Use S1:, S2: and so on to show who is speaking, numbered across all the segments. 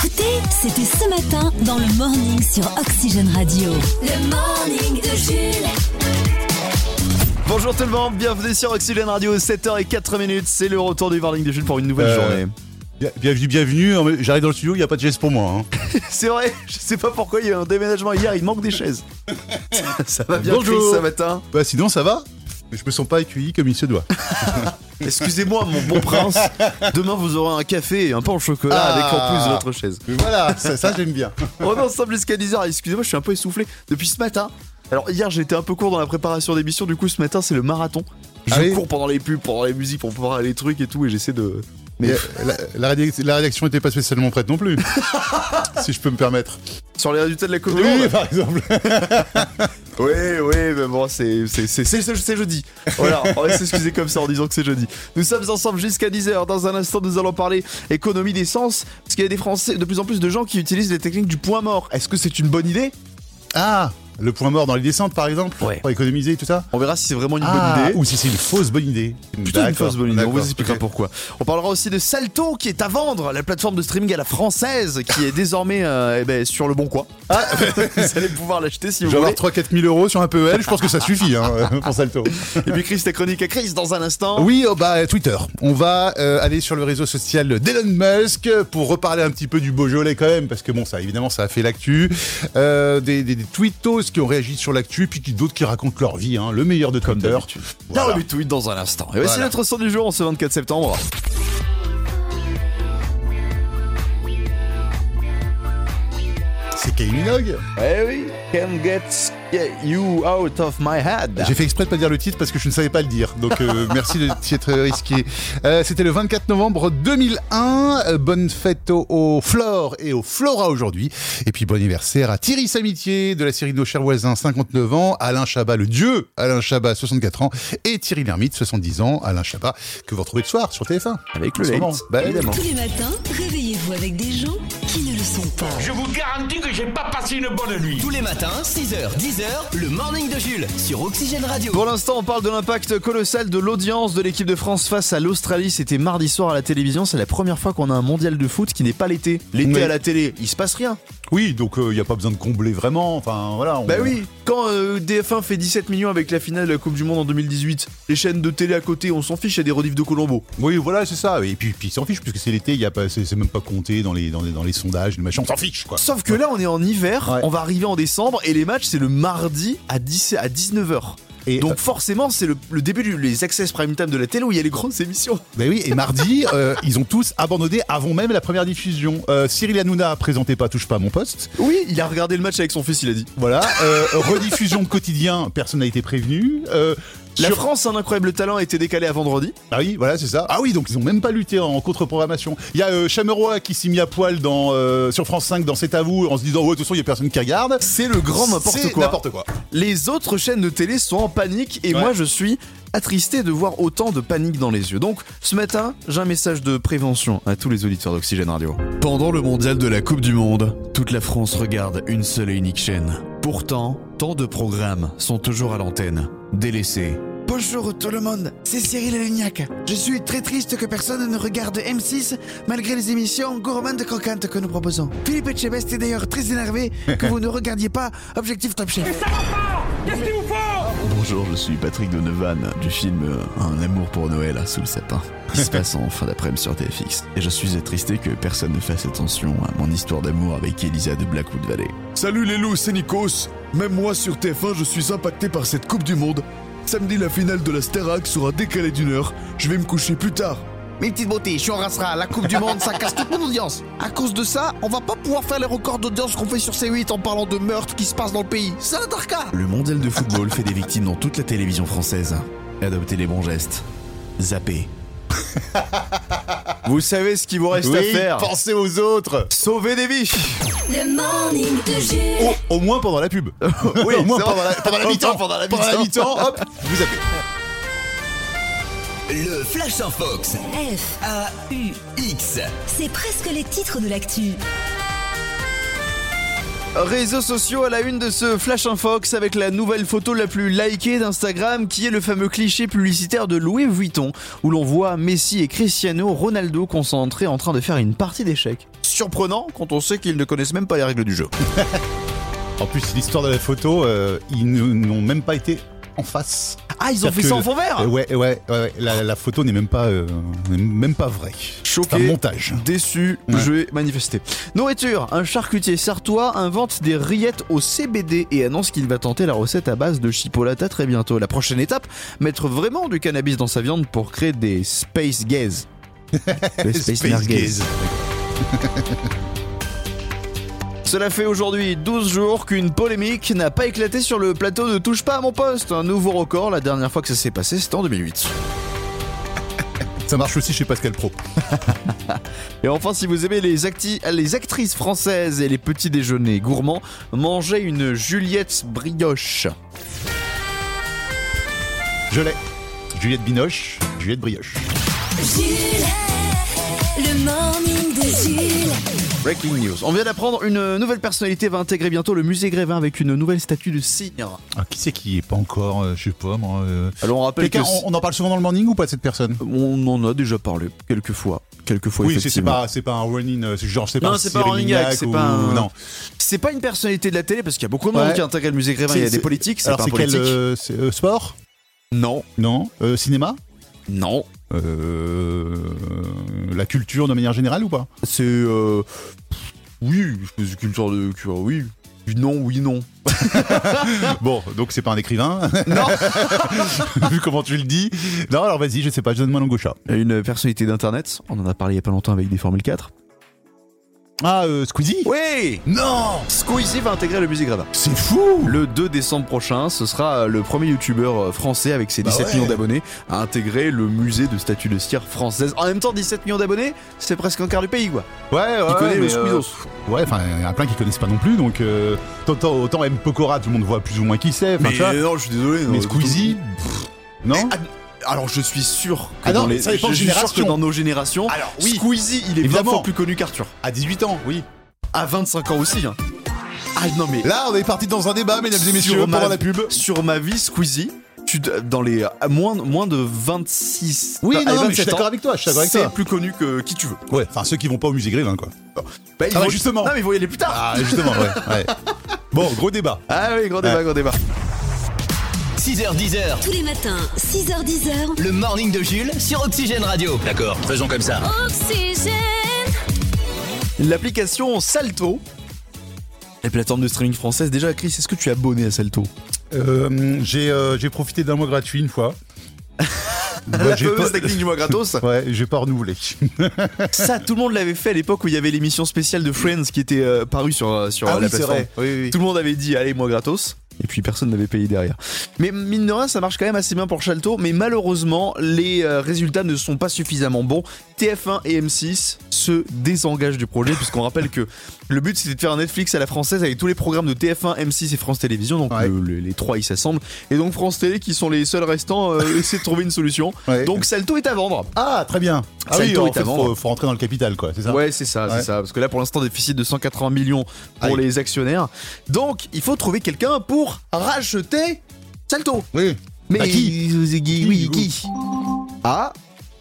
S1: C'était ce matin dans le morning sur Oxygène Radio. Le morning de Jules.
S2: Bonjour tout le monde, bienvenue sur Oxygène Radio, 7h04, c'est le retour du morning de Jules pour une nouvelle
S3: Euh,
S2: journée.
S3: Bien- Bienvenue, bienvenue. Non, mais J'arrive dans le studio, il n'y a pas de geste pour moi. hein.
S2: C'est vrai, je sais pas pourquoi il y a eu un déménagement hier, il manque des chaises. ça, ça va bien
S3: Bonjour.
S2: Chris, ce matin
S3: Bah, sinon, ça va Mais je me sens pas accueilli comme il se doit.
S2: Excusez-moi mon bon prince, demain vous aurez un café et un pain au chocolat
S3: Ah.
S2: avec en plus votre chaise.
S3: Mais voilà, ça, ça, j'aime bien.
S2: On est ensemble jusqu'à 10h, excusez-moi je suis un peu essoufflé depuis ce matin. Alors hier j'étais un peu court dans la préparation d'émission, du coup ce matin c'est le marathon. Je
S3: Ah oui
S2: cours pendant les pubs, pendant les musiques, pour pouvoir les trucs et tout et j'essaie de...
S3: Mais euh, la, la rédac- la rédaction n'était pas spécialement prête non plus. si je peux me permettre.
S2: Sur les résultats de la Coupe du Monde
S3: Oui, par exemple.
S2: Oui, oui, mais bon, c'est c'est- c'est- c'est- c'est jeudi. Voilà, on va s'excuser comme ça en disant que c'est jeudi. Nous sommes ensemble jusqu'à 10h. Dans un instant, nous allons parler économie d'essence, parce qu'il y a des Français, de plus en plus de gens qui utilisent les techniques du point mort. Est-ce que c'est une bonne idée
S3: Ah, le point mort dans les descentes, par exemple
S2: Ouais.
S3: Pour économiser et tout ça
S2: On verra si c'est vraiment une
S3: Ah,
S2: bonne idée.
S3: Ou si c'est une fausse bonne idée.
S2: Plutôt une
S3: D'accord,
S2: fausse bonne idée, on vous
S3: d'accord,
S2: expliquera
S3: ok.
S2: pourquoi. On parlera aussi de Salto qui est à vendre, la plateforme de streaming à la française qui est désormais euh, eh ben, sur le bon coin. vous allez pouvoir l'acheter si vous
S3: Ah. Je vais
S2: voulez.
S3: avoir 3-4 000 euros sur un PEL, je pense que ça suffit hein, pour Salto.
S2: Et puis Chris, ta chronique à Chris dans un instant.
S3: Oui, oh bah Twitter. On va euh, aller sur le réseau social d'Elon Musk pour reparler un petit peu du Beaujolais quand même, parce que bon, ça évidemment ça a fait l'actu. Euh, des, des, des tweetos qui ont réagi sur l'actu, puis qui- d'autres qui racontent leur vie, hein, le meilleur de Twitter.
S2: Dans
S3: Voilà.
S2: le but tweet dans un instant. Et voici
S3: Voilà.
S2: notre son du jour en ce 24 septembre.
S3: C'est Kylie Minogue.
S2: Eh oui, can get you out of my head.
S3: J'ai fait exprès de pas dire le titre parce que je ne savais pas le dire. Donc euh, merci de t'y être risqué. Euh, C'était le 24 novembre 2001. Euh, bonne fête au, au Flore et au Flora aujourd'hui. Et puis bon anniversaire à Thierry Samitier de la série Nos chers voisins, 59 ans. Alain Chabat, le dieu Alain Chabat, 64 ans. Et Thierry Lhermitte, 70 ans. Alain Chabat, que vous retrouvez le soir sur TF1.
S2: Avec le
S3: En ce
S2: late,
S3: moment. Bah, évidemment.
S1: Tous les matins, réveillez-vous avec des gens qui ne le sont pas.
S4: Je vous garantis que j'ai pas passé une bonne nuit.
S5: Tous les matins, 6h, 10h, le morning de Jules sur Oxygène Radio.
S2: Pour l'instant, on parle de l'impact colossal de l'audience de l'équipe de France face à l'Australie. C'était mardi soir à la télévision. C'est la première fois qu'on a un mondial de foot qui n'est pas l'été. L'été
S3: Oui.
S2: à la télé, il se passe rien.
S3: Oui, donc il n'y a pas besoin de combler vraiment. Enfin voilà. on-
S2: Bah oui, quand euh, DF1 fait 17 millions avec la finale de la Coupe du Monde en 2018, les chaînes de télé à côté, on s'en fiche, il y a des rediffs de Colombo.
S3: Oui, voilà, c'est ça. Et puis, puis ils s'en fichent, puisque c'est l'été, il y a pas, c'est c'est même pas compté dans les, dans les, dans les sondages, les machins. On s'en fiche, quoi.
S2: Sauf que là, on est en hiver,
S3: Ouais.
S2: on va arriver en décembre, et les matchs, c'est le mardi à, 10 à 19h.
S3: Et, euh,
S2: Donc forcément, c'est le, le début du les access prime time de la télé où il y a les grosses émissions.
S3: Ben oui, et mardi, euh, ils ont tous abandonné avant même la première diffusion. Euh, Cyril Hanouna présentait pas Touche pas à mon poste.
S2: Oui, il a regardé le match avec son fils, il a dit.
S3: Voilà. Euh, rediffusion de quotidien, personne n'a été prévenu. Euh,
S2: La
S3: sur-
S2: France, un incroyable talent, a été décalée à vendredi.
S3: Ah oui, voilà, c'est ça. Ah oui, donc ils ont même pas lutté en contre-programmation. Il y a euh, Chameroy qui s'est mis à poil dans, euh, sur France 5 dans C'est à vous en se disant Ouais, de toute façon, il y a personne qui regarde.
S2: C'est le grand n'importe
S3: C'est
S2: quoi.
S3: N'importe quoi.
S2: Les autres chaînes de télé sont en panique et
S3: Ouais.
S2: moi je suis attristé de voir autant de panique dans les yeux. Donc ce matin, j'ai un message de prévention à tous les auditeurs d'Oxygène Radio. Pendant le mondial de la Coupe du Monde, toute la France regarde une seule et unique chaîne. Pourtant, tant de programmes sont toujours à l'antenne, délaissés.
S6: Bonjour tout le monde, c'est Cyril Lignac. Je suis très triste que personne ne regarde M6 malgré les émissions gourmandes croquantes que nous proposons. Philippe Etchebest est d'ailleurs très énervé que vous ne regardiez pas Objectif Top Chef.
S7: Bonjour, je suis Patrick Donovan du film euh, Un amour pour Noël sous le sapin, qui se passe en fin d'après-midi sur TFX. Et je suis attristé que personne ne fasse attention à mon histoire d'amour avec Elisa de Blackwood Valley. Salut les loups, c'est Nikos. Même moi sur TF1, je suis impacté par cette Coupe du Monde. Samedi, la finale de la Sterac sera décalée d'une heure. Je vais me coucher plus tard.
S6: Mes petites beautés, je suis en rassera, la Coupe du Monde, ça casse toute mon audience. À cause de ça, on va pas pouvoir faire les records d'audience qu'on fait sur C8 en parlant de meurtres qui se passent dans le pays. C'est la Darka
S7: Le mondial de football fait des victimes dans toute la télévision française. Adoptez les bons gestes. Zappez.
S2: Vous savez ce qu'il vous reste à
S3: Oui,
S2: faire
S3: pensez aux autres.
S2: Sauver des vies
S1: Le morning de Jules.
S3: Au, au moins pendant la pub.
S2: Oui,
S3: au moins
S2: c'est vrai.
S3: pendant la, pendant la mi-temps.
S2: Pendant la mi-temps.
S3: mi-temps, hop, vous appelez.
S5: Le Flash en Fox.
S1: F,
S5: A-U-X.
S1: c'est presque les titres de l'actu.
S2: Réseaux sociaux à la une de ce Flash Infox avec la nouvelle photo la plus likée d'Instagram qui est le fameux cliché publicitaire de Louis Vuitton où l'on voit Messi et Cristiano Ronaldo concentrés en train de faire une partie d'échecs. Surprenant quand on sait qu'ils ne connaissent même pas les règles du jeu.
S3: En plus, l'histoire de la photo, euh, ils n- n'ont même pas été en face.
S2: Ah, ils ont fait
S3: C'est-à-dire
S2: ça en fond
S3: que-
S2: vert
S3: Euh, ouais, ouais, ouais, ouais. La, la photo n'est même pas, euh, n'est même pas vraie. C'est
S2: Choqué,
S3: un montage.
S2: déçu,
S3: Ouais.
S2: je vais manifester. Nourriture, un charcutier sartois invente des rillettes au CBD et annonce qu'il va tenter la recette à base de chipolata très bientôt. La prochaine étape, mettre vraiment du cannabis dans sa viande pour créer des space gaze. Des space merguez. Cela fait aujourd'hui 12 jours qu'une polémique n'a pas éclaté sur le plateau de Touche pas à mon poste. Un nouveau record, la dernière fois que ça s'est passé, c'était en 2008.
S3: Ça marche aussi chez Pascal Pro.
S2: Et enfin, si vous aimez les, acti- les actrices françaises et les petits déjeuners gourmands, mangez une Juliette brioche.
S3: Je l'ai. Juliette Binoche, Juliette Brioche.
S1: Jules, le morning de Jules.
S2: Breaking news. On vient d'apprendre une nouvelle personnalité va intégrer bientôt le musée Grévin avec une nouvelle statue de cygne.
S3: Ah, qui c'est qui est pas encore, euh, je sais pas moi. euh,
S2: Alors on rappelle que
S3: Quelqu'un, on, on en parle souvent dans le morning ou pas de cette personne
S2: on en a déjà parlé quelques fois, quelques fois
S3: Oui, c'est- c'est
S2: effectivement.
S3: pas, c'est pas un running, euh, c'est genre c'est
S2: Non,
S3: pas un
S2: c'est pas
S3: Cyril
S2: un running gag,
S3: Lignac
S2: c'est
S3: ou-
S2: pas un-
S3: non.
S2: C'est pas une personnalité de la télé parce qu'il y a beaucoup de monde
S3: Ouais.
S2: qui a intégré le musée Grévin.
S3: C'est-
S2: Il y a des
S3: c'est-
S2: politiques, c'est
S3: Alors
S2: pas un
S3: c'est quel
S2: politique.
S3: euh, c'est, euh, sport
S2: Non,
S3: Non, Euh, cinéma
S2: non.
S3: Euh, la culture de manière générale ou pas
S2: C'est euh, oui, je fais culture de culture, oui, non, oui, non.
S3: Bon, donc c'est pas un écrivain,
S2: Non.
S3: vu comment tu le dis. Non, alors vas-y, je sais pas, je donne-moi langue au chat.
S2: Une personnalité d'internet, on en a parlé il y a pas longtemps avec des Formule 4.
S3: Ah, euh, Squeezie
S2: Oui
S3: Non
S2: Squeezie va intégrer le Music Grévin.
S3: C'est fou
S2: Le 2 décembre prochain, ce sera le premier youtubeur euh, français avec ses
S3: Bah
S2: 17
S3: ouais.
S2: millions d'abonnés à intégrer le musée de statues de cire française. En même temps, 17 millions d'abonnés, c'est presque un quart du pays quoi.
S3: Ouais, ouais.
S2: Il connaît
S3: mais,
S2: le
S3: euh,
S2: Squeezos.
S3: Ouais, enfin, il y en a plein qui connaissent pas non plus, donc euh, tant- tant- autant M. Pokora, tout le monde voit plus ou moins qui c'est. enfin, tu vois.
S2: non, je suis désolé.
S3: mais
S2: non,
S3: Squeezie, pff, non
S2: Ah, Alors je suis sûr que
S3: Ah non,
S2: dans les
S3: ça dépend
S2: je
S3: des
S2: suis sûr que
S3: générations.
S2: dans nos générations,
S3: Alors, oui.
S2: Squeezie, il est
S3: Évidemment.
S2: bien plus connu qu'Arthur.
S3: À 18 ans, oui.
S2: À 25 ans aussi. hein. Ah non mais
S3: Là, on est parti dans un débat, mesdames et messieurs,
S2: Sur ma-
S3: pendant la pub.
S2: sur ma vie Squeezie, tu dans les à moins moins de 26
S3: Oui,
S2: et
S3: non, non, mais je suis
S2: 27 ans,
S3: d'accord avec toi, je suis d'accord avec
S2: C'est
S3: toi.
S2: plus connu que qui tu veux.
S3: Ouais, enfin, ceux qui vont pas au musée Grévin, quoi.
S2: Bah, ils
S3: Ah ouais,
S2: vont-
S3: justement.
S2: Non, mais ils vont y aller plus tard.
S3: Ah, justement, ouais. ouais. Bon, gros débat.
S2: Ah oui, grand débat, grand débat.
S5: 6h, 10h,
S1: Tous les matins, 6h10h.
S5: le morning de Jules sur Oxygène Radio. D'accord, faisons comme ça.
S1: Oxygène.
S2: L'application Salto. La plateforme de streaming française, déjà Chris, est-ce que tu es abonné à Salto
S3: Euh, j'ai, euh, j'ai profité d'un mois gratuit une fois. Bah,
S2: La
S3: j'ai
S2: fameuse
S3: pas-
S2: technique du mois gratos
S3: Ouais, j'ai pas renouvelé.
S2: Ça, tout le monde l'avait fait à l'époque où il y avait l'émission spéciale de Friends qui était euh, parue sur, euh, sur
S3: Ah
S2: euh,
S3: oui,
S2: la
S3: c'est
S2: plateforme.
S3: vrai.
S2: Tout le monde avait dit allez moi gratos. Et puis personne n'avait payé derrière. Mais mine de rien, ça marche quand même assez bien pour Chalto. Mais malheureusement, les euh, résultats ne sont pas suffisamment bons. TF1 et M6 se désengagent du projet, puisqu'on rappelle que le but c'était de faire un Netflix à la française avec tous les programmes de TF1, M6 et France Télévisions. Donc
S3: Ouais.
S2: le- le- les trois ils s'assemblent. Et donc France Télé, qui sont les seuls restants, euh, essaient de trouver une solution.
S3: Ouais.
S2: Donc Salto est à vendre.
S3: Ah, très bien. Ah oui,
S2: Salto
S3: en
S2: est à
S3: fait,
S2: vendre.
S3: faut, faut rentrer dans le capital, quoi, c'est ça
S2: Ouais, c'est ça,
S3: Ouais.
S2: c'est ça. Parce que là, pour l'instant, déficit de 180 millions pour
S3: Aïe.
S2: les actionnaires. Donc, il faut trouver quelqu'un pour racheter Salto.
S3: Oui.
S2: Mais
S3: Bah, qui
S2: oui,
S3: du
S2: oui,
S3: coup
S2: qui Ah,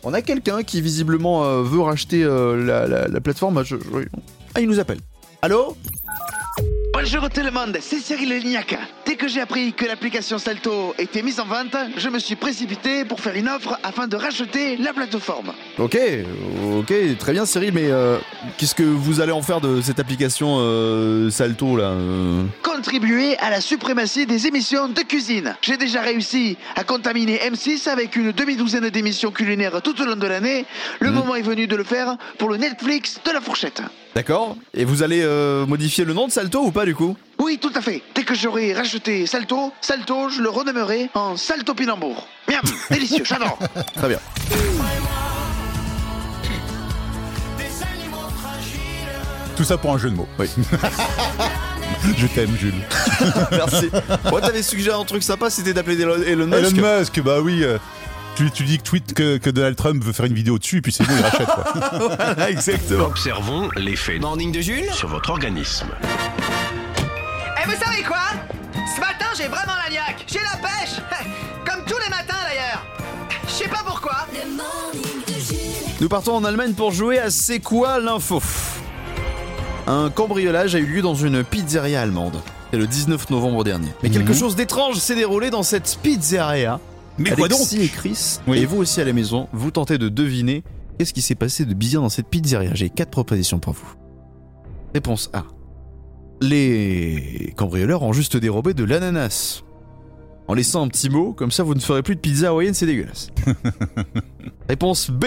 S2: on a quelqu'un qui visiblement euh, veut racheter euh, la, la- la plateforme. Je- je- oui. Ah, il nous appelle. Allô
S6: Bonjour tout le monde, c'est Cyril Lignac. Dès que j'ai appris que l'application Salto était mise en vente, je me suis précipité pour faire une offre afin de racheter la plateforme.
S2: Ok, ok, très bien Cyril, mais euh, qu'est-ce que vous allez en faire de cette application euh, Salto là euh
S6: Contribuer à la suprématie des émissions de cuisine. J'ai déjà réussi à contaminer M6 avec une demi-douzaine d'émissions culinaires tout au long de l'année. Le moment est venu de le faire pour le Netflix de la fourchette.
S2: D'accord Et vous allez euh, modifier le nom de Salto ou pas du coup
S6: Oui, tout à fait. Dès que j'aurai racheté Salto, Salto, je le renommerai en Salto Pinambour. Miam, délicieux, j'adore.
S2: Très bien.
S3: Tout ça pour un jeu de mots.
S2: Oui.
S3: je t'aime, Jules.
S2: Merci. Moi, t'avais suggéré un truc sympa, c'était d'appeler Elon, Elon Musk.
S3: Elon Musk, bah oui. euh, Tu, tu dis que, tweet que, que Donald Trump veut faire une vidéo dessus, et puis c'est bon, il rachète. Quoi.
S2: Voilà, exactement.
S8: Observons l'effet
S5: Morning de Jules
S8: sur votre organisme. Eh, Vous savez quoi Ce matin, j'ai vraiment la niaque. J'ai la pêche. Comme tous les matins d'ailleurs. Je sais pas pourquoi.
S1: Le morning de Jules.
S2: Nous partons en Allemagne pour jouer à C'est quoi l'info Un cambriolage a eu lieu dans une pizzeria allemande. C'est le 19 novembre dernier. Mais quelque chose d'étrange s'est déroulé dans cette pizzeria.
S3: Mais quoi donc
S2: Alexis et Chris,
S3: Oui.
S2: et vous aussi à la maison, vous tentez de deviner qu'est-ce qui s'est passé de bizarre dans cette pizzeria. J'ai quatre propositions pour vous. Réponse A. Les cambrioleurs ont juste dérobé de l'ananas. En laissant un petit mot, comme ça vous ne ferez plus de pizza hawaïenne, c'est dégueulasse. Réponse B.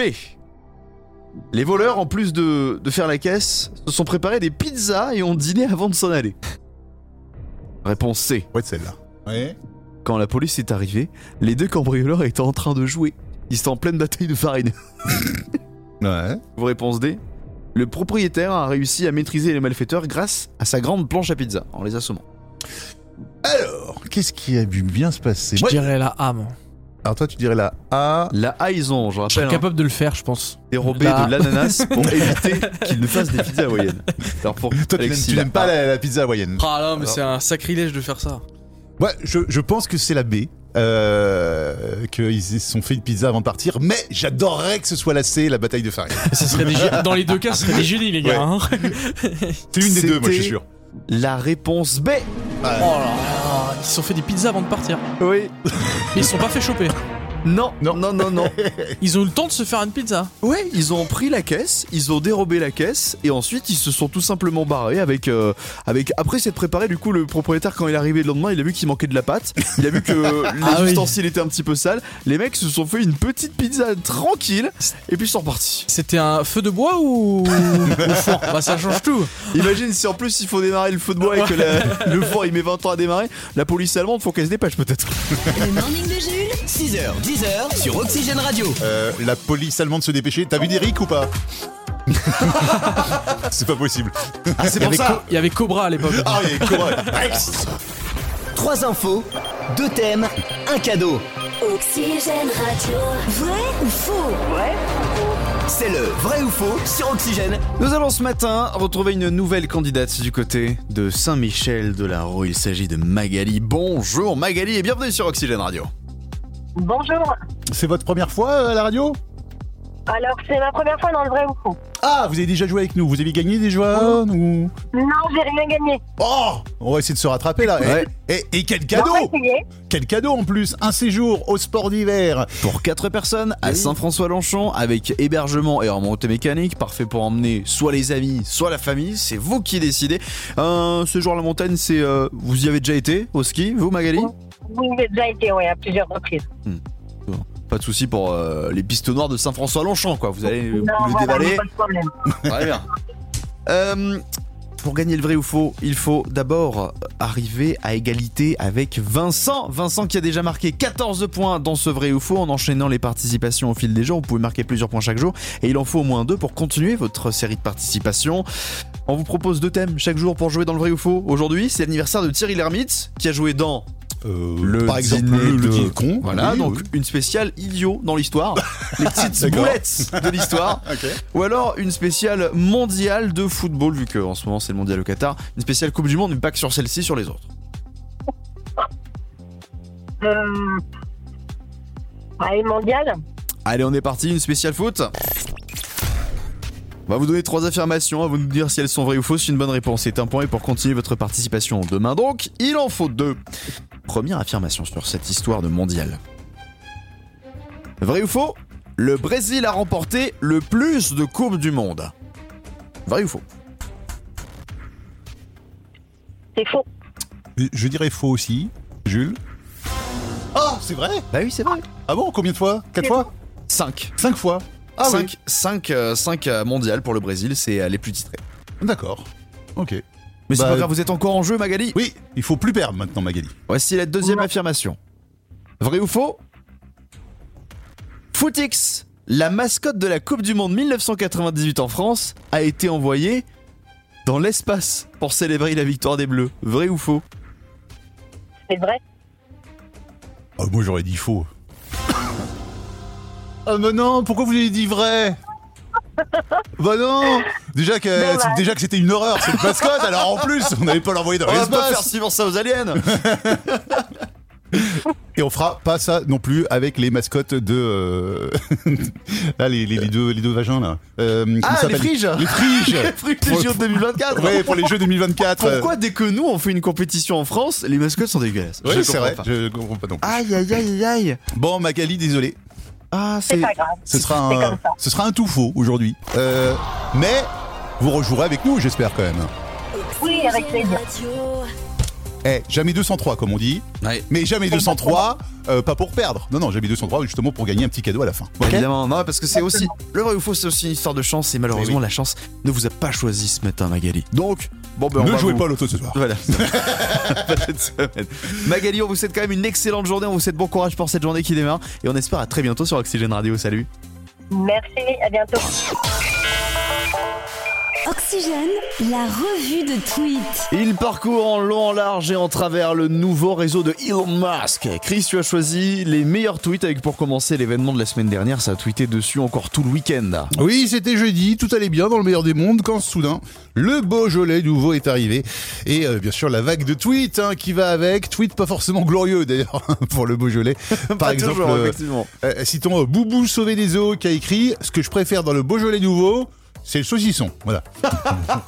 S2: Les voleurs, en plus de, de faire la caisse, se sont préparés des pizzas et ont dîné avant de s'en aller. Réponse C.
S3: Ouais, celle-là. Ouais.
S2: Quand la police est arrivée, les deux cambrioleurs étaient en train de jouer. Ils étaient en pleine bataille de farine.
S3: Ouais.
S2: Vous réponse D Le propriétaire a réussi à maîtriser les malfaiteurs grâce à sa grande planche à pizza, en les assommant.
S3: Alors, qu'est-ce qui a dû bien se passer
S9: Je
S3: Moi-
S9: dirais la A, moi.
S3: Alors toi, tu dirais la A.
S2: La A, ils ont, je
S9: Je serais
S2: rappelle, hein,
S9: capable de le faire, je pense.
S2: dérobé
S3: Bah.
S9: La-
S2: de l'ananas pour éviter qu'ils ne fassent des pizzas hawaïennes. Alors pour
S3: Toi, tu n'aimes-
S2: Alexis,
S3: tu n'aimes pas la, la pizza hawaïenne.
S9: Ah là, mais c'est un sacrilège de faire ça.
S3: Ouais, je, je pense que c'est la B. Euh, qu'ils se sont fait une pizza avant de partir, mais j'adorerais que ce soit la C, la bataille de farine.
S9: Ça serait des gé- Dans les deux cas, ce serait des génies, les gars. hein.
S3: C'est une des deux, moi je suis
S2: C'était-
S3: sûr.
S2: La réponse B
S9: Oh là là, ils se sont fait des pizzas avant de partir.
S2: Oui.
S9: Mais ils se sont pas fait choper.
S2: Non, non, non, non, non.
S9: Ils ont eu le temps de se faire une pizza.
S2: Ouais, ils ont pris la caisse, ils ont dérobé la caisse, et ensuite ils se sont tout simplement barrés avec. euh, avec... Après s'être préparé, du coup, le propriétaire, quand il est arrivé le lendemain, il a vu qu'il manquait de la pâte, il a vu que les
S9: Ah oui.
S2: ustensiles étaient un petit peu sales, les mecs se sont fait une petite pizza tranquille, et puis ils sont repartis.
S9: C'était un feu de bois ou au four Bah ça change tout.
S2: Imagine si en plus il faut démarrer le feu de bois et que la- le four il met 20 ans à démarrer, la police allemande faut qu'elle se dépêche peut-être.
S1: Le morning de Jules.
S5: 6h, 10h sur Oxygène Radio.
S3: Euh, la police allemande se dépêcher. T'as vu Derrick ou pas C'est pas possible. Ah, c'est
S9: Il y avait Co- il y avait Cobra à l'époque.
S3: Ah, il y a Cobra.
S5: 3 infos, 2 thèmes, un cadeau.
S1: Oxygène Radio. Vrai ou faux
S5: C'est le vrai ou faux sur Oxygène.
S2: Nous allons ce matin retrouver une nouvelle candidate du côté de Saint-Michel de la Roue. Il s'agit de Magali. Bonjour Magali et bienvenue sur Oxygène Radio.
S10: Bonjour.
S3: C'est votre première fois euh, à la radio
S10: Alors, c'est ma première fois dans le vrai ou faux.
S3: Ah, vous avez déjà joué avec nous. Vous avez gagné des joueurs ou...
S10: Non, j'ai rien gagné.
S3: Oh On va essayer de se rattraper là.
S2: Ouais.
S3: Et, et- et quel
S10: On va
S3: cadeau
S10: essayer.
S3: Quel cadeau en plus Un séjour au sport d'hiver.
S2: Pour 4 personnes à Saint-François-Lanchon avec hébergement et remontée mécanique, parfait pour emmener soit les amis, soit la famille, c'est vous qui décidez. Euh, ce jour à la montagne, c'est euh, vous y avez déjà été au ski, vous Magali Hmm.
S10: Vous y avez déjà été, oui, à plusieurs reprises.
S2: Pas de souci pour euh, les pistes noires de Saint-François-Lanchon quoi. Vous allez vous
S10: non,
S2: le
S10: voilà,
S2: dévaler.
S10: pas de problème.
S2: Très bien. Euh, pour gagner le vrai ou faux, il faut d'abord arriver à égalité avec Vincent. Vincent qui a déjà marqué 14 points dans ce vrai ou faux en enchaînant les participations au fil des jours. Vous pouvez marquer plusieurs points chaque jour et il en faut au moins deux pour continuer votre série de participations. On vous propose deux thèmes chaque jour pour jouer dans le vrai ou faux. Aujourd'hui, c'est l'anniversaire de Thierry Lhermitte qui a joué dans Le
S3: Euh, par exemple,
S2: dîner
S3: le,
S2: de-
S3: dîner con.
S2: voilà
S3: Oui,
S2: donc
S3: oui.
S2: une spéciale idiot dans l'histoire, les petites
S3: D'accord.
S2: boulettes de l'histoire.
S3: Ok.
S2: Ou alors une spéciale mondiale de football, vu que en ce moment c'est le mondial au Qatar. Une spéciale Coupe du Monde, mais pas que sur celle-ci, sur les autres.
S10: Euh... Allez, mondial.
S2: Allez, on est parti, une spéciale foot. On va vous donner trois affirmations, à vous nous dire si elles sont vraies ou fausses. Une bonne réponse est un point, et pour continuer votre participation demain donc, il en faut deux. Première affirmation sur cette histoire de mondial. Vrai ou faux Le Brésil a remporté le plus de coupes du monde. Vrai ou faux
S10: C'est faux.
S3: Je dirais faux aussi. Jules Ah, c'est vrai
S2: Bah oui, c'est vrai.
S3: Ah bon Combien de fois Quatre
S10: C'est
S3: fois
S2: 5.
S3: Cinq fois Ah
S2: 5, euh, mondiales pour le Brésil, c'est euh, les plus titrés.
S3: oui. D'accord. Ok.
S2: Mais c'est
S3: Bah,
S2: pas grave, vous êtes encore en jeu, Magali
S3: Oui, il faut plus perdre maintenant, Magali.
S2: Voici la deuxième
S10: Non.
S2: affirmation. Vrai ou faux Footix, la mascotte de la Coupe du Monde 1998 en France, a été envoyée dans l'espace pour célébrer la victoire des Bleus. Vrai ou faux
S10: C'est vrai.
S3: Ah, moi, j'aurais dit faux. Ah, mais non, pourquoi vous avez dit vrai Bah non Déjà que,
S10: Dommage.
S3: déjà que c'était une horreur, cette mascotte, alors en plus, on n'avait pas l'envoyer dans
S2: On va pas faire
S3: l'espace
S2: suivre ça aux aliens
S3: Et on fera pas ça non plus avec les mascottes de... euh, là, les, les- les deux, les deux vagins, là. Euh, comment
S2: Ah,
S3: ça
S2: les
S3: s'appelle
S2: friges
S3: Les friges
S2: Les friges des JO de 2024
S3: Ouais, pour les Jeux 2024 euh,
S2: Pourquoi dès que nous on fait une compétition en France, les mascottes sont dégueulasses
S3: Ouais,
S2: Je
S3: c'est
S2: comprends
S3: vrai,
S2: pas.
S3: je comprends pas non plus.
S6: Aïe, aïe, aïe, aïe.
S3: Bon, Magali, désolé.
S6: Ah,
S10: C'est
S6: c'est.
S10: pas grave.
S3: Ce sera
S10: C'est
S3: un,
S10: comme ça.
S3: ce sera un tout faux aujourd'hui. Euh, mais vous rejouerez avec nous, j'espère quand même.
S10: Oui, avec plaisir.
S1: Radio.
S3: Eh, jamais 203 comme on dit.
S2: Ouais.
S3: Mais jamais 203, euh, pas pour perdre. Non, non, jamais 203 justement pour gagner un petit cadeau à la fin. Ok
S2: Évidemment, non, parce que c'est aussi. Le vrai ou faux, c'est aussi une histoire de chance, et malheureusement, la chance ne vous a pas choisi ce matin, Magali. Donc, bon, ben, on
S3: ne
S2: va
S3: jouez
S2: vous-
S3: pas à l'auto ce soir.
S2: Voilà. Pas cette semaine. Magali, on vous souhaite quand même une excellente journée, on vous souhaite bon courage pour cette journée qui démarre, et on espère à très bientôt sur Oxygène Radio. Salut
S10: Merci, à bientôt.
S1: Oxygène, la revue de tweets.
S2: Il parcourt en long, en large et en travers le nouveau réseau de Elon Musk. Chris, tu as choisi les meilleurs tweets avec pour commencer l'événement de la semaine dernière. Ça a tweeté dessus encore tout le week-end.
S3: Oui, c'était jeudi, tout allait bien dans le meilleur des mondes quand soudain le Beaujolais nouveau est arrivé et euh, bien sûr la vague de tweets hein, qui va avec, tweets pas forcément glorieux d'ailleurs pour le Beaujolais. Par
S2: Pas
S3: exemple,
S2: toujours,
S3: euh,
S2: effectivement.
S3: Euh, citons euh, Boubou Sauvé des Eaux qui a écrit Ce que je préfère dans le Beaujolais nouveau, c'est le saucisson. Voilà.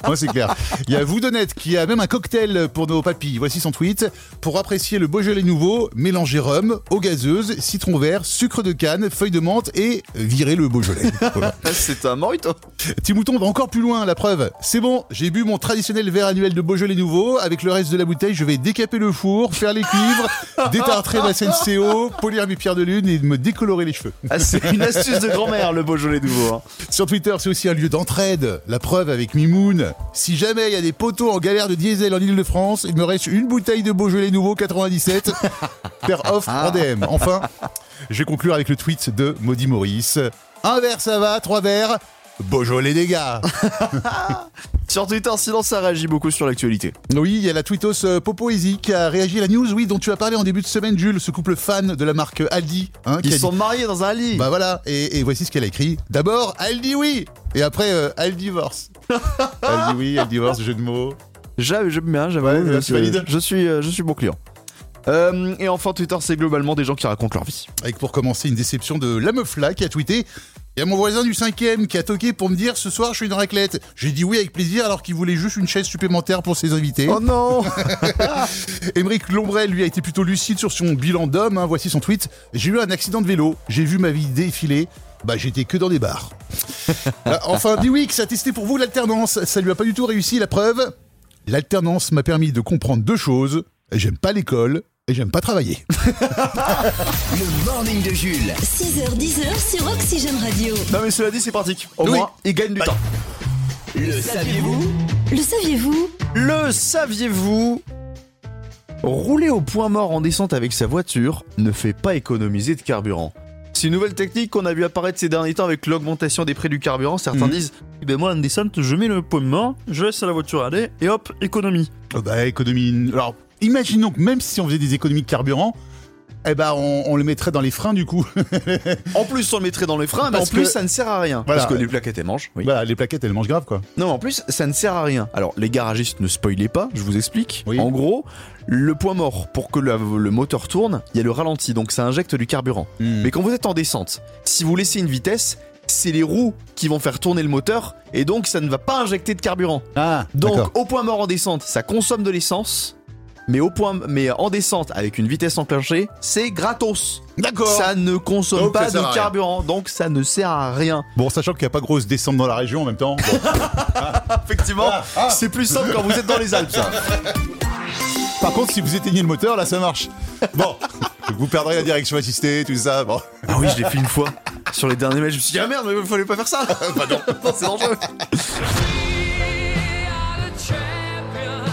S3: Moi, c'est clair. Il y a Voudonnette qui a même un cocktail pour nos papilles. Voici son tweet. Pour apprécier le Beaujolais nouveau, mélangez rhum, eau gazeuse, citron vert, sucre de canne, feuille de menthe et virez le Beaujolais. Voilà.
S2: Ah, C'est un morito.
S3: Timouton va encore plus loin, la preuve. C'est bon, j'ai bu mon traditionnel verre annuel de Beaujolais nouveau. Avec le reste de la bouteille, je vais décaper le four, faire les cuivres, détartrer ma scène CO, polir mes pierres de lune et me décolorer les cheveux.
S2: Ah, c'est une astuce de grand-mère, le Beaujolais nouveau. hein.
S3: Sur Twitter, c'est aussi un lieu d'entraide. La preuve avec Mimoun. Si jamais il y a des poteaux en galère de diesel en Ile-de-France, il me reste une bouteille de Beaujolais Nouveau 97. Faire offre en DM. Enfin, je vais conclure avec le tweet de Maudit Maurice. Un verre, ça va, trois verres. Beaujolais, les gars.
S2: Sur Twitter, silence, ça réagit beaucoup sur l'actualité.
S3: Oui, il y a la tweetos euh, Popoésie qui a réagi à la news, oui, dont tu as parlé en début de semaine, Jules, ce couple fan de la marque Aldi. hein, qui
S2: Ils
S3: a
S2: sont mariés dans un lit.
S3: Bah voilà, et, et voici ce qu'elle a écrit. D'abord, elle dit oui Et après, euh, elle divorce. elle dit oui, elle divorce, jeu de mots.
S2: J'aime j'aime bien, j'avoue. euh,
S3: Ouais,
S2: je,
S3: tu valides
S2: je suis, euh, je suis bon client. Euh, et enfin, Twitter, c'est globalement des gens qui racontent leur vie.
S3: Avec pour commencer une déception de la meuf là qui a tweeté. Il y a mon voisin du cinquième qui a toqué pour me dire ce soir je suis une raclette. J'ai dit oui avec plaisir alors qu'il voulait juste une chaise supplémentaire pour ses invités.
S2: Oh non
S3: Émeric Lombrel, lui, a été plutôt lucide sur son bilan d'homme. hein. Voici son tweet. J'ai eu un accident de vélo. J'ai vu ma vie défiler. Bah, j'étais que dans des bars. Euh, enfin, Biwix a testé pour vous l'alternance. Ça lui a pas du tout réussi, la preuve. L'alternance m'a permis de comprendre deux choses. J'aime pas l'école et j'aime pas travailler.
S5: Le morning de Jules.
S1: 6h10 sur Oxygène Radio.
S2: Non, mais cela dit, c'est pratique. Au
S3: Oui. Bah,
S2: moins, ils gagnent du temps.
S5: Le saviez-vous
S1: Le saviez-vous
S2: Le saviez-vous Rouler au point mort en descente avec sa voiture ne fait pas économiser de carburant. C'est une nouvelle technique qu'on a vu apparaître ces derniers temps avec l'augmentation des prix du carburant. Certains
S3: Mhm.
S2: disent eh ben moi, en descente, je mets le point mort, je laisse la voiture aller et hop, économie.
S3: Euh, Bah, économie. Alors, imaginons que même si on faisait des économies de carburant, eh ben, on, on le mettrait dans les freins du coup.
S2: En plus, on le mettrait dans les freins, mais en
S3: Parce
S2: plus,
S3: que-
S2: ça ne sert à rien.
S3: Voilà.
S2: Parce que les plaquettes, elles mangent. Oui.
S3: Bah, les plaquettes, elles mangent grave quoi.
S2: Non, mais en plus, ça ne sert à rien. Alors, les garagistes, ne spoilez pas, je vous explique.
S3: Oui.
S2: En gros, le point mort, pour que le, le moteur tourne, il y a le ralenti, donc ça injecte du carburant.
S3: Hmm.
S2: Mais quand vous êtes en descente, si vous laissez une vitesse, c'est les roues qui vont faire tourner le moteur, et donc ça ne va pas injecter de carburant.
S3: Ah, d'accord.
S2: Donc, au point mort en descente, ça consomme de l'essence, mais, au point, mais en descente, avec une vitesse enclenchée, c'est gratos.
S3: D'accord.
S2: Ça ne consomme
S3: Donc,
S2: pas
S3: ça sert à
S2: de
S3: rien.
S2: carburant, donc ça ne sert à rien.
S3: Bon, sachant qu'il n'y a pas grosse descente dans la région en même temps. bon. Ah,
S2: Effectivement, c'est plus simple quand vous êtes dans les Alpes, ça.
S3: Par contre, si vous éteignez le moteur, là, ça marche. Bon, vous perdrez la direction assistée, tout ça. Bon.
S2: Ah oui, je l'ai fait une fois. Sur les derniers matchs, je me suis dit, ah merde, mais fallait pas faire ça. bah non, c'est dangereux.
S11: are the champions.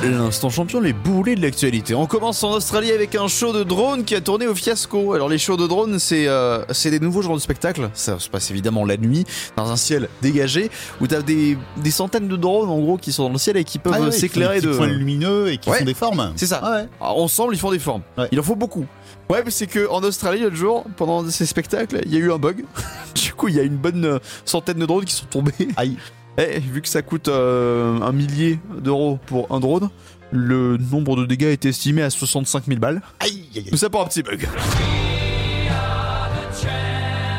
S2: L'instant champion, les boulets de l'actualité. On commence en Australie avec un show de drone qui a tourné au fiasco. Alors les shows de drone, c'est euh, c'est des nouveaux genres de spectacles. Ça se passe évidemment la nuit, dans un ciel dégagé, où t'as des, des centaines de drones en gros qui sont dans le ciel et qui peuvent
S3: Ah ouais, qui font
S2: s'éclairer
S3: des
S2: de...
S3: petits points lumineux et qui
S2: Ouais.
S3: font des formes.
S2: C'est ça.
S3: Ah ouais.
S2: Alors, Ensemble, ils font des formes.
S3: Ouais.
S2: Il en faut beaucoup. Ouais, mais c'est que en Australie, l'autre jour, pendant ces spectacles, il y a eu un bug. du coup, il y a une bonne euh, centaine de drones qui sont tombés.
S3: Aïe.
S2: Eh, vu que ça coûte euh, un millier d'euros pour un drone, le nombre de dégâts est estimé à 65 000 balles.
S3: Aïe, aïe, aïe.
S2: Tout ça pour un petit bug.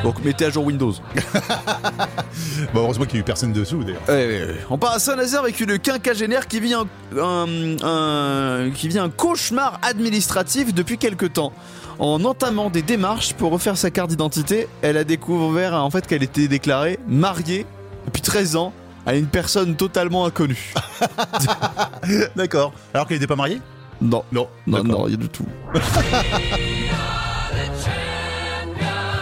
S2: Donc mettez à jour Windows.
S3: Bah, heureusement qu'il n'y a eu personne dessous d'ailleurs.
S2: Ouais, ouais, ouais. Euh, On part à Saint-Nazaire avec une quinquagénaire qui vit un, un- un- qui vit un cauchemar administratif depuis quelque temps. En entamant des démarches pour refaire sa carte d'identité, elle a découvert en fait qu'elle était déclarée mariée depuis 13 ans à une personne totalement inconnue.
S3: D'accord. Alors qu'il n'était pas marié
S2: Non,
S3: Non.
S2: non,
S3: D'accord.
S2: non, rien du tout.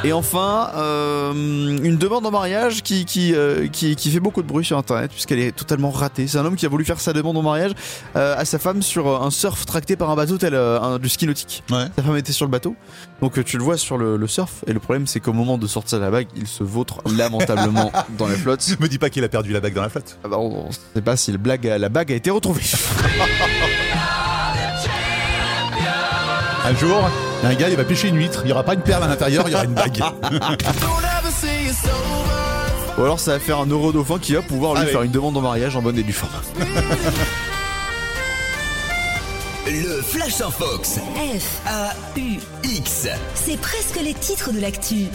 S2: Et enfin, euh, une demande en mariage qui, qui, euh, qui, qui fait beaucoup de bruit sur Internet, puisqu'elle est totalement ratée. C'est un homme qui a voulu faire sa demande en mariage euh, à sa femme sur euh, un surf tracté par un bateau tel euh, un- du ski nautique.
S3: Ouais.
S2: Sa femme était sur le bateau, donc euh, tu le vois sur le, le surf, et le problème c'est qu'au moment de sortir la bague, il se vautre lamentablement dans la flotte.
S3: Me dis pas qu'il a perdu la bague dans la flotte.
S2: Ah bah, on ne sait pas si le blague, la bague a été retrouvée.
S3: Un jour, il y a un gars, il va pêcher une huître. Il n'y aura pas une perle à l'intérieur, il y aura une bague.
S2: Ou alors ça va faire un euro dauphin qui va pouvoir lui
S3: Ah oui.
S2: faire une demande en mariage en bonne et due forme.
S5: Le Flash sans Fox.
S1: F,
S5: A-U-X.
S1: c'est presque les titres de l'actu.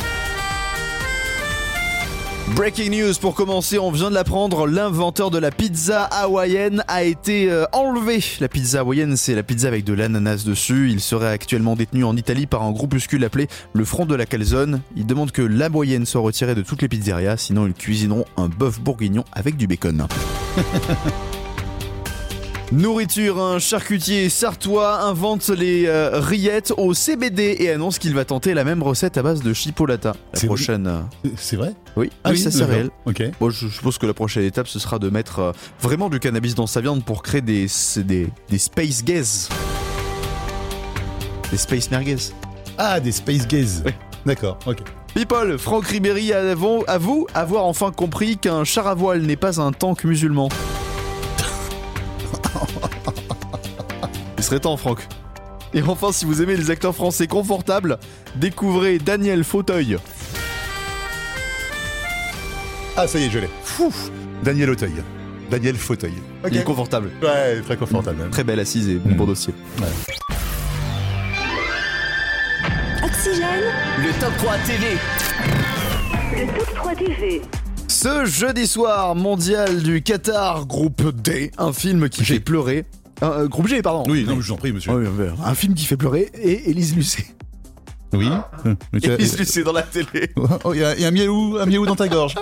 S2: Breaking news pour commencer, on vient de l'apprendre, l'inventeur de la pizza hawaïenne a été euh, enlevé. La pizza hawaïenne, c'est la pizza avec de l'ananas dessus. Il serait actuellement détenu en Italie par un groupuscule appelé le Front de la Calzone. Il demande que la moyenne soit retirée de toutes les pizzerias, sinon ils cuisineront un bœuf bourguignon avec du bacon. Nourriture, un charcutier sartois invente les euh, rillettes au CBD et annonce qu'il va tenter la même recette à base de chipolata. La
S3: C'est-
S2: prochaine. euh,
S3: C'est vrai Ah
S2: Oui, oui, ça c'est
S3: d'accord.
S2: réel.
S3: Ok.
S2: Moi, je suppose que la prochaine étape, ce sera de mettre euh, vraiment du cannabis dans sa viande pour créer des, c'est des, des space gaze. Des space merguez.
S3: Ah, des space gaze.
S2: Oui.
S3: D'accord, ok.
S2: People, Franck Ribéry avou- avoue avoir enfin compris qu'un char à voile n'est pas un tank musulman. Il serait temps, Franck. Et enfin, si vous aimez les acteurs français confortables, découvrez Daniel Fauteuil.
S3: Ah, ça y est, je l'ai. Fou Daniel Auteuil. Daniel Fauteuil.
S2: Il est confortable.
S3: Ouais, très confortable. même.
S2: Très belle assise et bon
S3: Mm.
S2: pour dossier.
S1: Oxygène,
S5: Le Top 3 TV.
S10: Le Top 3 TV.
S2: Ce jeudi soir mondial du Qatar, groupe D, un film qui fait pleurer. Euh, euh, groupe G, pardon.
S3: Oui, non, mais je vous en prie, monsieur.
S2: Oui, euh, un film qui fait pleurer et Élise Lucet.
S3: Oui.
S2: Élise Lucet dans la télé.
S3: Oh, Il y, a- il y a un miaou, un miaou dans ta gorge.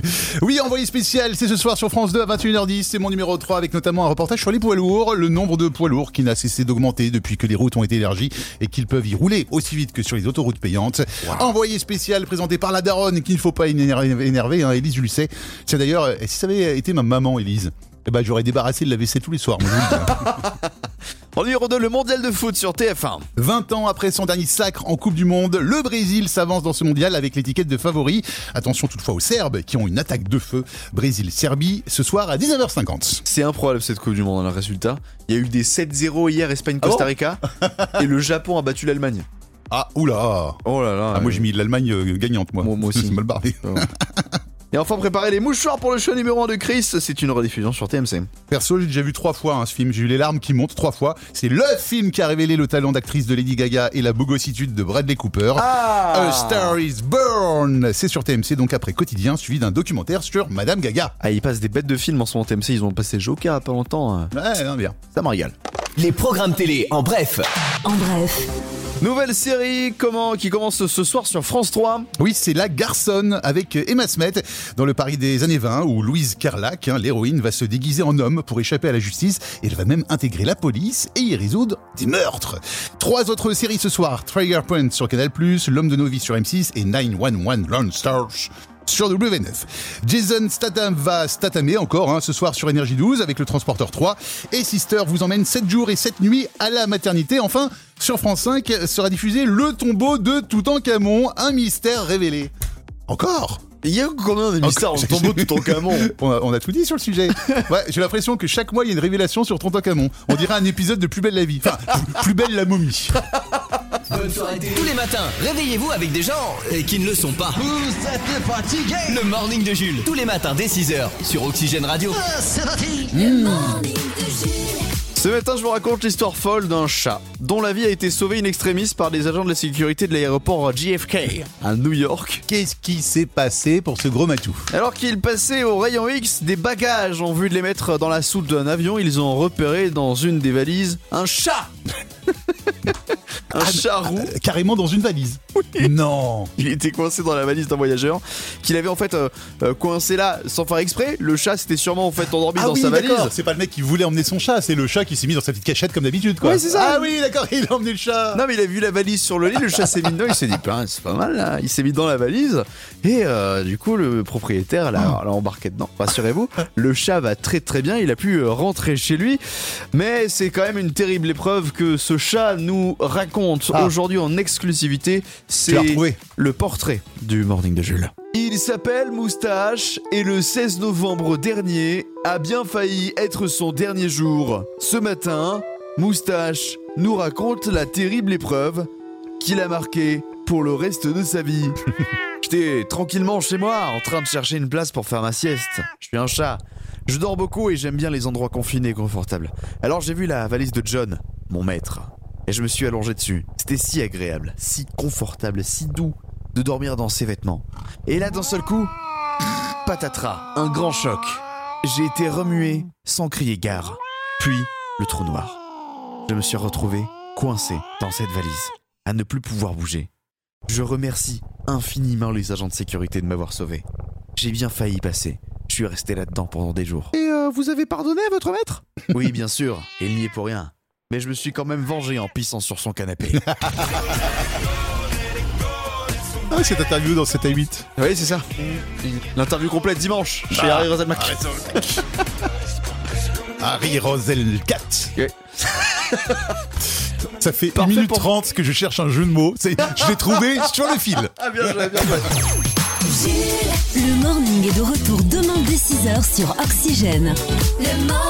S3: oui, envoyé spécial, c'est ce soir sur France 2 à 21h10. C'est mon numéro 3 avec notamment un reportage sur les poids lourds. Le nombre de poids lourds qui n'a cessé d'augmenter depuis que les routes ont été élargies et qu'ils peuvent y rouler aussi vite que sur les autoroutes payantes. Envoyé spécial présenté par la daronne qu'il ne faut pas énerver, énerver hein, Élise Lucet. Tiens d'ailleurs, euh, si ça avait été ma maman, Élise, eh ben, j'aurais débarrassé de la vaisselle tous les soirs. moi, je vous le dis.
S2: En numéro 2, le mondial de foot sur TF1.
S3: 20 ans après son dernier sacre en Coupe du Monde, le Brésil s'avance dans ce mondial avec l'étiquette de favori. Attention toutefois aux Serbes qui ont une attaque de feu. Brésil-Serbie ce soir à 19h50.
S2: C'est improbable cette Coupe du Monde, le résultat. Il y a eu des 7-0 hier Espagne-Costa
S3: Ah bon
S2: Rica et le Japon a battu l'Allemagne.
S3: Ah, oula
S2: Oh là là.
S3: ah, Moi
S2: euh,
S3: j'ai mis l'Allemagne euh, gagnante, moi.
S2: Moi- moi aussi.
S3: C'est mal barré.
S2: Et enfin, préparez les mouchoirs pour le show numéro 1 de Chris. C'est une rediffusion sur TMC.
S3: Perso, j'ai déjà vu trois fois hein, ce film. J'ai eu les larmes qui montent trois fois. C'est le film qui a révélé le talent d'actrice de Lady Gaga et la bogossitude de Bradley Cooper.
S2: Ah!
S3: A Star is Born C'est sur TMC, donc après quotidien, suivi d'un documentaire sur Madame Gaga.
S2: Ah, ils passent des bêtes de films en ce moment TMC. Ils ont passé Joker il y a pas longtemps. euh,
S3: Ouais, non, bien.
S2: Ça me régale.
S5: Les programmes télé, en bref.
S1: en bref,
S2: Nouvelle série comment, qui commence ce soir sur France 3.
S3: Oui, c'est La Garçonne avec Emma Smet dans le Paris des années 20 où Louise Carlac, hein, l'héroïne, va se déguiser en homme pour échapper à la justice et elle va même intégrer la police et y résoudre des meurtres. Trois autres séries ce soir, Trigger Point sur Canal+, L'Homme de nos vies sur M6 et 911 Lone Stars sur W9. Jason Statham va statamer encore hein, ce soir sur Énergie 12 avec le Transporteur 3. Et Sister vous emmène 7 jours et 7 nuits à la maternité. Enfin, sur France 5 sera diffusé Le tombeau de Toutankhamon, un mystère révélé. Encore
S2: il y a combien de mystères okay. en tombeau de Toutankhamon
S3: on, a, on a tout dit sur le sujet. Ouais, j'ai l'impression que chaque mois il y a une révélation sur Toutankhamon. On dirait un épisode de Plus belle la vie. Enfin, Plus belle la momie.
S5: Tous les matins, réveillez-vous avec des gens euh, qui ne le sont pas.
S11: Vous êtes fatigués
S5: Le morning de Jules, tous les matins dès 6h sur Oxygène Radio.
S11: Ah, c'est parti mmh. Le morning de
S2: Jules. Ce matin, je vous raconte l'histoire folle d'un chat dont la vie a été sauvée in extremis par des agents de la sécurité de l'aéroport JFK à New York.
S3: Qu'est-ce qui s'est passé pour ce gros matou
S2: Alors qu'il passait au rayon X des bagages en vue de les mettre dans la soute d'un avion, ils ont repéré dans une des valises un chat Un ah, chat roux.
S3: Euh, carrément dans une valise.
S2: Oui.
S3: Non.
S2: Il était coincé dans la valise d'un voyageur qu'il avait en fait euh, euh, coincé là sans faire exprès. Le chat s'était sûrement en fait endormi
S3: ah
S2: dans
S3: oui,
S2: sa valise.
S3: C'est pas le mec qui voulait emmener son chat, c'est le chat qui s'est mis dans sa petite cachette comme d'habitude quoi.
S2: Ouais, c'est ça.
S3: Ah oui, d'accord, il a emmené le chat.
S2: Non, mais il a vu la valise sur le lit, le chat s'est mis dedans, il s'est dit c'est pas mal là. Il s'est mis dans la valise et euh, du coup le propriétaire l'a embarqué dedans. Rassurez-vous, le chat va très très bien, il a pu euh, rentrer chez lui, mais c'est quand même une terrible épreuve que ce chat nous raconte ah. aujourd'hui en exclusivité, c'est le portrait du Morning de Jules. Il s'appelle Moustache et le 16 novembre dernier a bien failli être son dernier jour. Ce matin, Moustache nous raconte la terrible épreuve qu'il a marquée pour le reste de sa vie. J'étais tranquillement chez moi en train de chercher une place pour faire ma sieste. Je suis un chat. Je dors beaucoup et j'aime bien les endroits confinés et confortables. Alors j'ai vu la valise de John, mon maître et je me suis allongé dessus. C'était si agréable, si confortable, si doux de dormir dans ses vêtements. Et là, d'un seul coup, patatras, un grand choc. J'ai été remué sans crier gare. Puis, le trou noir. Je me suis retrouvé coincé dans cette valise, à ne plus pouvoir bouger. Je remercie infiniment les agents de sécurité de m'avoir sauvé. J'ai bien failli y passer. Je suis resté là-dedans pendant des jours.
S6: Et euh, vous avez pardonné à votre maître
S2: Oui, bien sûr. Il n'y est pour rien mais je me suis quand même vengé en pissant sur son canapé.
S3: Ah, cette interview dans 7 à 8.
S2: Oui, c'est ça. Bah, L'interview complète dimanche chez Harry Roselmack.
S3: Harry Roselmack. Ouais. Ça fait Parfait 1 minute pour... 30 que je cherche un jeu de mots. Je l'ai trouvé sur le fil.
S2: Ah, bien, bien, bien.
S1: Le morning est de retour demain dès 6h sur Oxygène. Le morning.